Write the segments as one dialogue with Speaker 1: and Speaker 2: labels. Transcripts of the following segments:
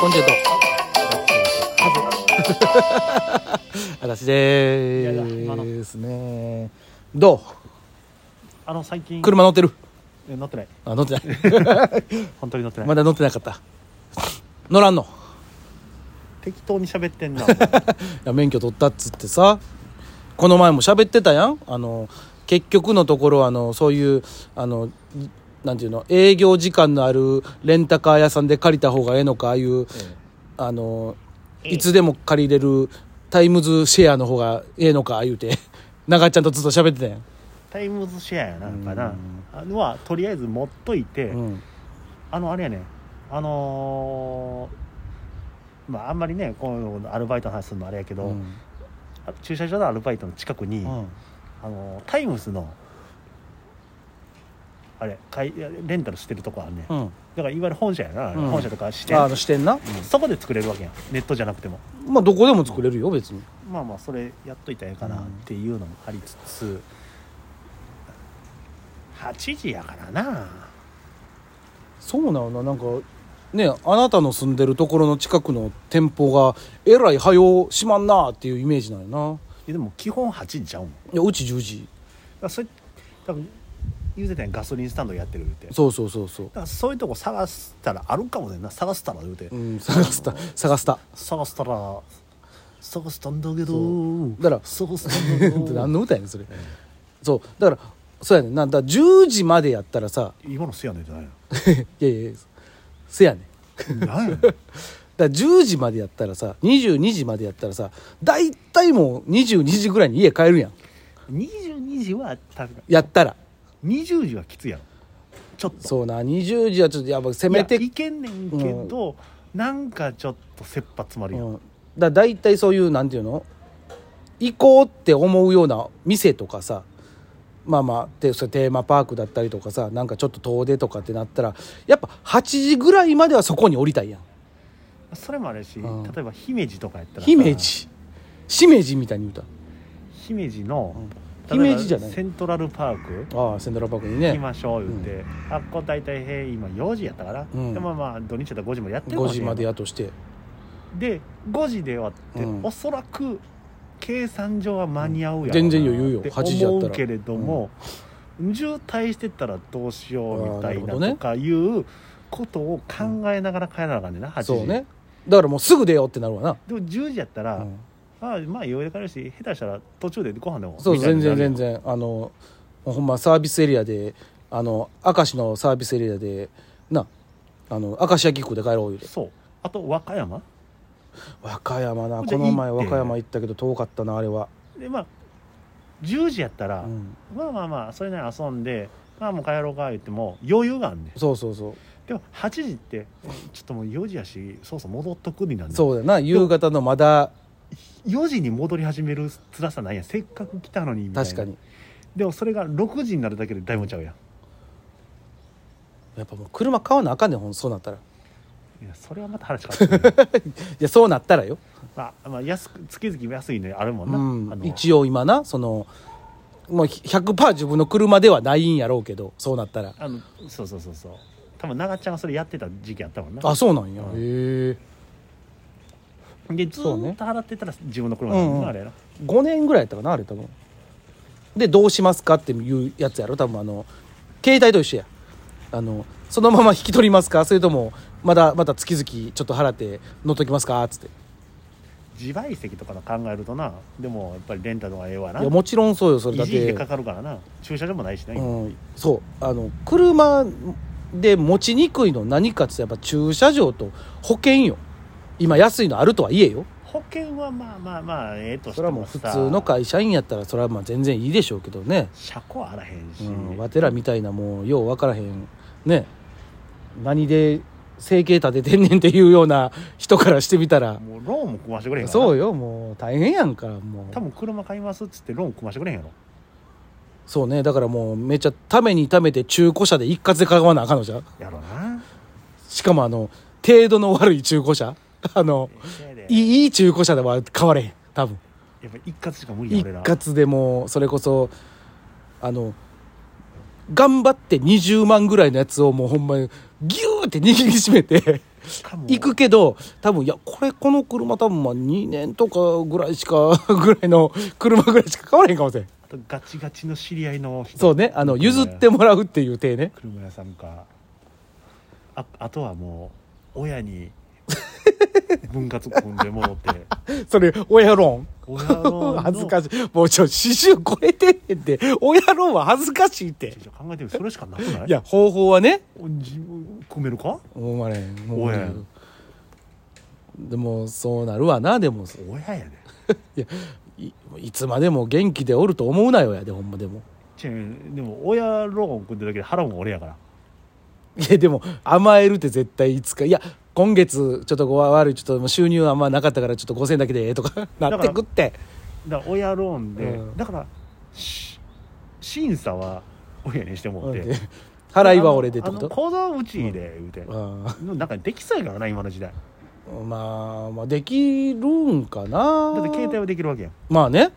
Speaker 1: コンジェルト私で
Speaker 2: やだ今の
Speaker 1: ーすねどう
Speaker 2: あの最近
Speaker 1: 車乗ってる
Speaker 2: え乗ってない
Speaker 1: あ乗ってない
Speaker 2: 本当に乗ってない、
Speaker 1: まだ乗ってなかった乗らんの
Speaker 2: 適当に喋って んな
Speaker 1: いや免許取ったっつってさこの前も喋ってたやんあの結局のところあのそういうあのいなんていうの営業時間のあるレンタカー屋さんで借りた方がええのかああいう、あのいつでも借りれるタイムズシェアの方がええのか言うて長井ちゃんとずっと喋ってたやん、
Speaker 2: タイムズシェアやなやっぱなあのはとりあえず持っといて、
Speaker 1: うん
Speaker 2: あのあれやねあのーまああんまりねこのアルバイトの話するのあれやけど、
Speaker 1: うん
Speaker 2: あ駐車場のアルバイトの近くに、あのータイムズのあれかいレンタルしてるとこあるね、
Speaker 1: う
Speaker 2: だ
Speaker 1: ん
Speaker 2: からいわゆる本社やな、あれ
Speaker 1: うん
Speaker 2: 本社とかして
Speaker 1: あのしてんな
Speaker 2: そこで作れるわけやんネットじゃなくても
Speaker 1: まあどこでも作れるよ別に
Speaker 2: まあまあそれやっといたらええかなっていうのもありつつ、8時やからな
Speaker 1: そうなのななんかねあなたの住んでるところの近くの店舗がえらい早う閉まんなっていうイメージなんやない
Speaker 2: やでも基本8時ちゃうんだか
Speaker 1: いやうち10時
Speaker 2: らそれ多分言うてたやんガソリンスタンドやってるってだ
Speaker 1: そうそうそうそう、
Speaker 2: からそういうとこ探したらあるかもねんな探したら言うて、
Speaker 1: うん、探した探した
Speaker 2: 探したら探したんだけ
Speaker 1: そ
Speaker 2: ど
Speaker 1: だから
Speaker 2: 探したんだけど
Speaker 1: 何の歌やねんそれ、そうだからそうやねんなんだ10時までやったらさ
Speaker 2: 今のせやねんじゃないの
Speaker 1: いやいやせやねん
Speaker 2: 何やね ん
Speaker 1: だから10時までやったらさ22時までやったらさ大体もう22時ぐらいに家帰るやん
Speaker 2: 22時は確か
Speaker 1: やったら
Speaker 2: 20時はきついやろちょっと
Speaker 1: そうな20時はちょっとやっぱせめて
Speaker 2: いやいけんねんけど、なんかちょっと切羽詰まるやん、
Speaker 1: うん、だ大体そういうなんていうの行こうって思うような店とかさまあまあでそれテーマパークだったりとかさなんかちょっと遠出とかってなったらやっぱ8時ぐらいまではそこに降りたいやん
Speaker 2: それもあるし、
Speaker 1: うん
Speaker 2: 例えば姫路とかやったら
Speaker 1: 姫路姫路みたいに言う
Speaker 2: 姫路の、
Speaker 1: うん
Speaker 2: 例えば
Speaker 1: 姫路じゃない
Speaker 2: セントラルパーク
Speaker 1: たああセントラルパークに
Speaker 2: 行き
Speaker 1: ね
Speaker 2: ましょう言って、あっこ大体へ今4時やったから、
Speaker 1: うん
Speaker 2: でもまあ土日だったら5時までやってる
Speaker 1: 5
Speaker 2: かもし
Speaker 1: 時
Speaker 2: れな
Speaker 1: ま
Speaker 2: い
Speaker 1: でやとして
Speaker 2: で5時で終わって、
Speaker 1: うん
Speaker 2: おそらく計算上は間に合うやろうな
Speaker 1: 全然余裕よ
Speaker 2: って
Speaker 1: 8時やったら
Speaker 2: 思うけれども、渋滞してたらどうしようみた
Speaker 1: あーな
Speaker 2: い
Speaker 1: る
Speaker 2: な
Speaker 1: ほどね
Speaker 2: とかいうことを考えながら帰らなあかんねんな8時
Speaker 1: そうねだからもうすぐ出ようってなるわな、
Speaker 2: でも10時やったら、
Speaker 1: うん
Speaker 2: まあまあ余裕で帰るし下手したら途中でご飯でも
Speaker 1: そう
Speaker 2: みたい
Speaker 1: 全
Speaker 2: にな
Speaker 1: 然
Speaker 2: る
Speaker 1: 全然あのもうほんまサービスエリアであの明石のサービスエリアでなあの明石焼き食うで帰ろう言うて
Speaker 2: そうあと和歌山
Speaker 1: 和歌山な
Speaker 2: じゃ
Speaker 1: こ
Speaker 2: あ
Speaker 1: の前
Speaker 2: 行っ
Speaker 1: 和
Speaker 2: て
Speaker 1: 歌山行ったけど遠かったなあれは、
Speaker 2: でまあ10時やったら、
Speaker 1: うん
Speaker 2: まあまあまあそれなりに遊んでまあもう帰ろうか言っても余裕があんねん
Speaker 1: そうそうそう、
Speaker 2: でも8時ってちょっともう4時やしそうそう戻っとくになんで
Speaker 1: そうだな夕方のまだ
Speaker 2: 4時に戻り始める辛さないやんせっかく来たのにみたいな
Speaker 1: 確かに
Speaker 2: でもそれが6時になるだけでだいぶちゃうやん
Speaker 1: やっぱもう車買わなあかんねんほんそうなったらい
Speaker 2: いやそれはまた話変 わってくる
Speaker 1: やそうなったらよ、
Speaker 2: まあ、まあ、安く月々安いのあるもん
Speaker 1: う
Speaker 2: な、あ
Speaker 1: ん、
Speaker 2: の
Speaker 1: 一応今なそのもう100%自分の車ではないんやろうけどそうなったら
Speaker 2: あのそうそうそうそう多分長ちゃんがそれやってた時期あったもんな
Speaker 1: あそうなんや、
Speaker 2: うん
Speaker 1: へえ
Speaker 2: でず
Speaker 1: そう
Speaker 2: ー
Speaker 1: ね
Speaker 2: っと払ってたら自分の車だもんな、
Speaker 1: うんうん
Speaker 2: あれやろ
Speaker 1: 5年ぐらいやったかなあれ多分でどうしますかっていうやつやろ多分あの携帯と一緒やあのそのまま引き取りますかそれともまだまた月々ちょっと払って乗っときますかっつって
Speaker 2: 自賠責とかの考えるとなでもやっぱりレンタルはええわない
Speaker 1: やもちろんそうよそれだ
Speaker 2: 維
Speaker 1: っ
Speaker 2: 持費
Speaker 1: て
Speaker 2: でかかるからな駐車場もないしね、
Speaker 1: うん、そうあの車で持ちにくいの何かっつってやっぱ駐車場と保険よ今安いのあるとはいえよ
Speaker 2: 保険はまあまあまあええとし
Speaker 1: そ
Speaker 2: て
Speaker 1: れはもう
Speaker 2: も
Speaker 1: 普
Speaker 2: さ
Speaker 1: 通の会社員やったらそれはまあ全然いいでしょうけどね
Speaker 2: 車庫あらへんし、
Speaker 1: うん、わてらみたいなもうよう分からへんね何で生計立ててんねんっていうような人からしてみたら
Speaker 2: もうローンも組ましてくれへんからな
Speaker 1: そうよもう大変やんかも
Speaker 2: 多
Speaker 1: う
Speaker 2: 分車買いますっつってローン組ましてくれへんやろ
Speaker 1: そうねだからもうめっちゃためにためて中古車で一括で買わなあかんのじゃ
Speaker 2: やろな
Speaker 1: しかもあの程度の悪い中古車 あの
Speaker 2: せやで
Speaker 1: いいいい中古車では買われへん多分
Speaker 2: やっぱ一括しか無理や
Speaker 1: 一
Speaker 2: 俺ら
Speaker 1: 括でもうそれこそあの頑張って20万ぐらいのやつをもうほんまにギューって握りしめて
Speaker 2: しかも
Speaker 1: 行くけど多分いやこれこの車多分まあ2年とかぐらいしか ぐらいの車ぐらいしか買われへんかもしれん
Speaker 2: あとガチガチの知り合いの人
Speaker 1: そうねあの譲ってもらうっていう体ね
Speaker 2: 車屋さんかああとはもう 親に分割込んでもろて
Speaker 1: それ親ロ
Speaker 2: 親
Speaker 1: ー
Speaker 2: の
Speaker 1: ン 恥ずかしいもうちょ思春超えてんねんって親ローンは恥ずかしいって
Speaker 2: ちょっと考えてみてそれしかなくない
Speaker 1: いや方法はね
Speaker 2: 自分組めるか
Speaker 1: お前もう
Speaker 2: おや
Speaker 1: でもそうなるわなでも
Speaker 2: 親やね
Speaker 1: いやいいつまでも元気でおると思うなよやでほんまでも
Speaker 2: ちょでも親ローン組んでるだけで払うもん俺やから
Speaker 1: いやでも甘えるって絶対いつかいや今月ちょっとご悪いちょっともう収入あんまなかったからちょっと5000円だけでええとか なってくって
Speaker 2: だから親ローンで、
Speaker 1: うん
Speaker 2: だからし審査は親にしてもって
Speaker 1: で払いは俺でってこ
Speaker 2: あ
Speaker 1: と
Speaker 2: の口座はうちで言うて、
Speaker 1: あ
Speaker 2: なんかできそうやからな今の時代
Speaker 1: ーまあまあできるんかな
Speaker 2: だって携帯はできるわけやん
Speaker 1: まあね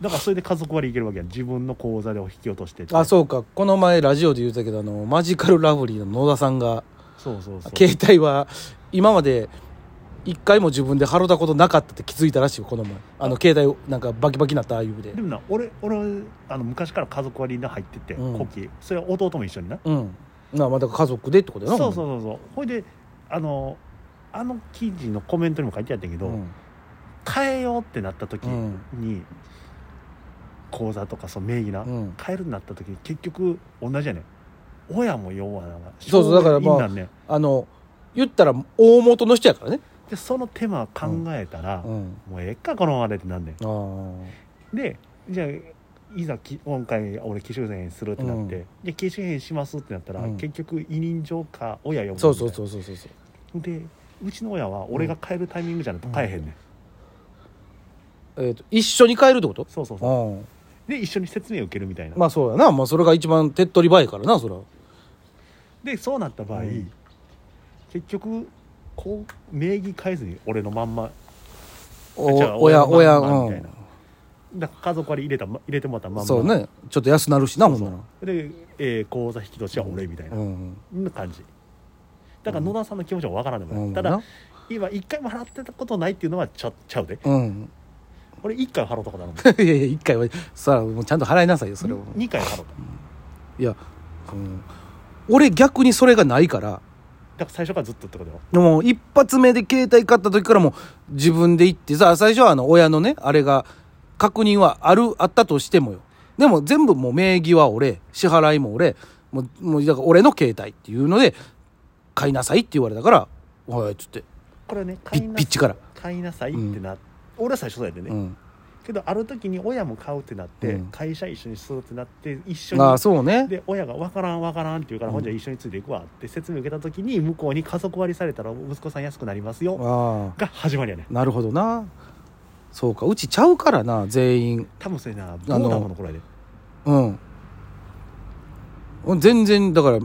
Speaker 2: だからそれで家族割りいけるわけやん自分の口座でお引き落としてって
Speaker 1: あそうかこの前ラジオで言ってたけどあのマジカルラブリーの野田さんが
Speaker 2: そうそうそう
Speaker 1: 携帯は今まで一回も自分で払ったことなかったって気づいたらしいよこの前あの携帯なんかバキバキになったああいうで
Speaker 2: でもな俺俺あの昔から家族割りが入ってて、
Speaker 1: うん
Speaker 2: コキそれは弟も一緒にな
Speaker 1: うんなあまあだから家族でってことや
Speaker 2: そう
Speaker 1: な
Speaker 2: そうそうそうほいであのあの記事のコメントにも書いてあったけ
Speaker 1: ほ
Speaker 2: ど、
Speaker 1: んまに
Speaker 2: 変えようってなった時
Speaker 1: う
Speaker 2: に、
Speaker 1: ん
Speaker 2: 口座とかその名義な、
Speaker 1: うん、うん
Speaker 2: 変えるになった時に結局同じやねん親も弱な
Speaker 1: そうそうだからまあ
Speaker 2: いいなんねん
Speaker 1: あの言ったら大元の人やからね、
Speaker 2: でその手間考えたら、
Speaker 1: うん、
Speaker 2: もうええかこのままでってなんねん
Speaker 1: あー
Speaker 2: でじゃあいざき今回俺機種変するってなって、
Speaker 1: う
Speaker 2: で機種変しますってなったら、
Speaker 1: うん
Speaker 2: 結局委任状か親呼ぶ
Speaker 1: そうそうそううそうそうそう
Speaker 2: でうちの親は俺が帰るタイミングじゃなくて帰えへんねん、
Speaker 1: えー、と一緒に帰るってこと
Speaker 2: そうそうそう
Speaker 1: うん
Speaker 2: で一緒に説明受けるみたいな、
Speaker 1: まあそうやな、まあ、それが一番手っ取り早いからなそれは
Speaker 2: でそうなった場合、
Speaker 1: うん
Speaker 2: 結局こう名義変えずに俺のまんま
Speaker 1: お
Speaker 2: じゃあ
Speaker 1: 親親
Speaker 2: のまんまみ
Speaker 1: う
Speaker 2: たい
Speaker 1: ん
Speaker 2: な、だから家族割り入れたま入れてもらったまんま
Speaker 1: そうねちょっと安なるしなほんなら
Speaker 2: で、えー、口座引き落としは俺みたいな、
Speaker 1: うん
Speaker 2: な感じだから野田さんの気持ちは分からんでもない、
Speaker 1: うん
Speaker 2: ただ今一回も払ってたことないっていうのはちゃちゃうで
Speaker 1: うん
Speaker 2: 俺一回払ったことあるもん
Speaker 1: いやいや一回はそらもうちゃんと払いなさいよそれを
Speaker 2: 2回払っただか
Speaker 1: いや、うん、俺逆にそれがないから
Speaker 2: ら最初からずっとってことよ
Speaker 1: でも一発目で携帯買った時からもう自分で行ってさ最初はあの親のねあれが確認はあるあったとしてもよでも全部もう名義は俺支払いも俺もうもうだから俺の携帯っていうので買いなさいって言われたから「おい」っつって、
Speaker 2: これね
Speaker 1: ピ
Speaker 2: 買
Speaker 1: ッ
Speaker 2: いな
Speaker 1: ピッチから
Speaker 2: 買いなさいってな、俺は最初そうやでね、
Speaker 1: うん、
Speaker 2: けどある時に親も買うってなって、
Speaker 1: うん
Speaker 2: 会社一緒にするってなって一緒に
Speaker 1: ああそうね
Speaker 2: で親が「分からん分からん」って言うか
Speaker 1: う
Speaker 2: ら、
Speaker 1: ん
Speaker 2: ほんじゃ一緒についていくわって説明受けた時に向こうに家族割りされたら息子さん安くなりますよ
Speaker 1: あ
Speaker 2: が始まりやね
Speaker 1: あなるほどなそうかうちちゃうからな全員
Speaker 2: 多分それなボーダーもの頃やで
Speaker 1: うん全然だから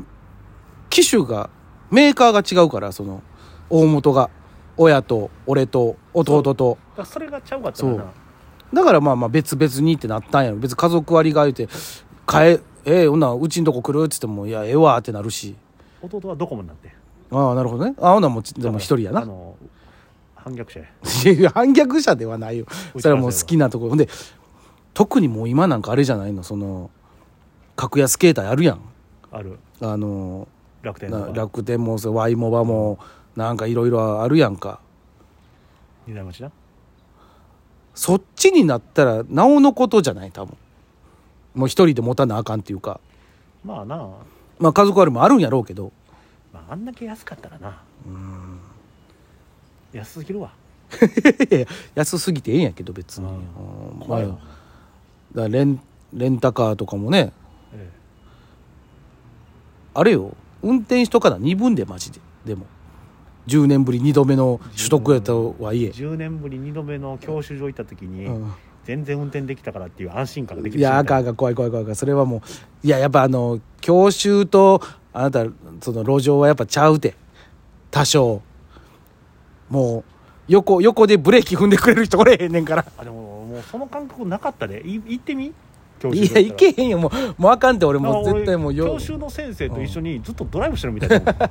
Speaker 1: 機種がメーカーが違うからその大元が親と俺と弟と
Speaker 2: だからそれがちゃうかったか
Speaker 1: そう
Speaker 2: な
Speaker 1: だからまあまあ別々にってなったんやろ別に家族割りが言うて「買えええほんならうちんとこ来る?」っつっても「いやええわ」ってなるし
Speaker 2: 弟はドコモになって
Speaker 1: ああなるほどねああほんならもうちでも一人や
Speaker 2: あ
Speaker 1: な
Speaker 2: の反逆者や
Speaker 1: いや反逆者ではないよ
Speaker 2: うち
Speaker 1: それはもう好きなところほんで特にもう今なんかあれじゃないのその格安携帯あるやん
Speaker 2: ある
Speaker 1: あの
Speaker 2: 楽天
Speaker 1: な
Speaker 2: の
Speaker 1: 楽天もそうワイモバもなんかいろいろあるやんか
Speaker 2: 二台持ちな
Speaker 1: そっちになったらなおのことじゃない多分もう一人で持たなあかんっていうか
Speaker 2: まあな、
Speaker 1: まあ家族あるもあるんやろうけど
Speaker 2: まあ、あんだけ安かったらな安すぎるわ
Speaker 1: いやいや安すぎてええんやけど別に、
Speaker 2: うん
Speaker 1: うんまあ
Speaker 2: 怖い
Speaker 1: だ
Speaker 2: わ
Speaker 1: か、らレンレンタカーとかもね
Speaker 2: え
Speaker 1: あれよ運転しとかな2分でマジででも10年ぶり2度目の取得やとはい
Speaker 2: え、
Speaker 1: え、
Speaker 2: 10年ぶり2度目の教習所行った時に、
Speaker 1: うん
Speaker 2: 全然運転できたからっていう安心感ができ
Speaker 1: い
Speaker 2: るし
Speaker 1: や、
Speaker 2: みた
Speaker 1: 赤
Speaker 2: いな
Speaker 1: が怖い怖い怖い怖い。それはもう、いや、やっぱあの、教習と、あなた、その路上はやっぱちゃうて。多少。もう、横、横でブレーキ踏んでくれる人これへんねんから。
Speaker 2: あでももうその感覚なかったでい行ってみ教
Speaker 1: い
Speaker 2: 習
Speaker 1: や行けへんよもうもうあかんって俺
Speaker 2: だから
Speaker 1: もう絶対もう
Speaker 2: 俺
Speaker 1: よ
Speaker 2: 教習の先生と一緒にずっとドライブしてるみたいな、教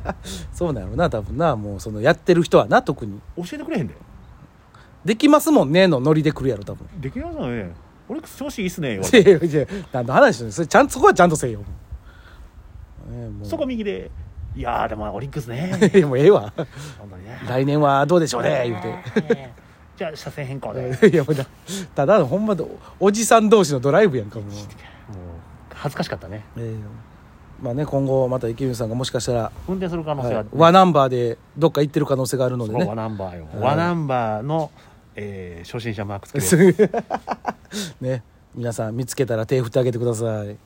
Speaker 1: そうなんやろな多分なもうそのやってる人はな特に
Speaker 2: えてくれへんで
Speaker 1: できますもんねのノリで来るやろ多分
Speaker 2: できますよね俺調子いい っすねよ
Speaker 1: いやいやいや何の話してんのそれちゃんそこはちゃんとせえよ、ねえ、もう
Speaker 2: そこ右で「いやーでもオリックス ね
Speaker 1: いやもうええわ
Speaker 2: 本当にね
Speaker 1: 来年はどうでしょうね言うて
Speaker 2: て じゃあ車線変更でもう
Speaker 1: いやもうだただのほんまおおじさん同士のドライブやんか もう、
Speaker 2: 恥ずかしかったね
Speaker 1: ええまあね今後また池上さんがもしかしたら、
Speaker 2: 運転する可能
Speaker 1: は
Speaker 2: 性
Speaker 1: い
Speaker 2: はあっ
Speaker 1: ワナンバーでどっか行ってる可能性があるので
Speaker 2: そうワ
Speaker 1: ね
Speaker 2: ナンバーよ、
Speaker 1: い
Speaker 2: ワナンバーの、えー初心者マークつけて
Speaker 1: ね皆さん見つけたら手振ってあげてください